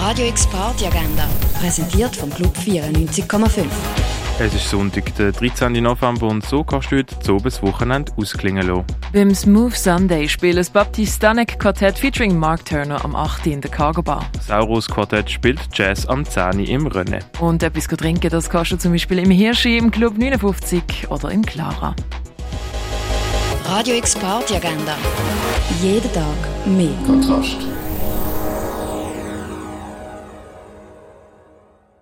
Radio X Party Agenda, präsentiert vom Club 94,5. Es ist Sonntag, der 13. November und so kannst du heute so bis Wochenende ausklingen lassen. Beim Smooth Sunday spielt das Baptistanek Quartett featuring Mark Turner am 8. in der Cargo Bar. Das Saurus Quartett spielt Jazz am 10. im Rennen. Und etwas trinken, das kannst du zum Beispiel im Hirschi, im Club 59 oder in Clara. Radio X Party Agenda, jeden Tag mehr. Kontrast.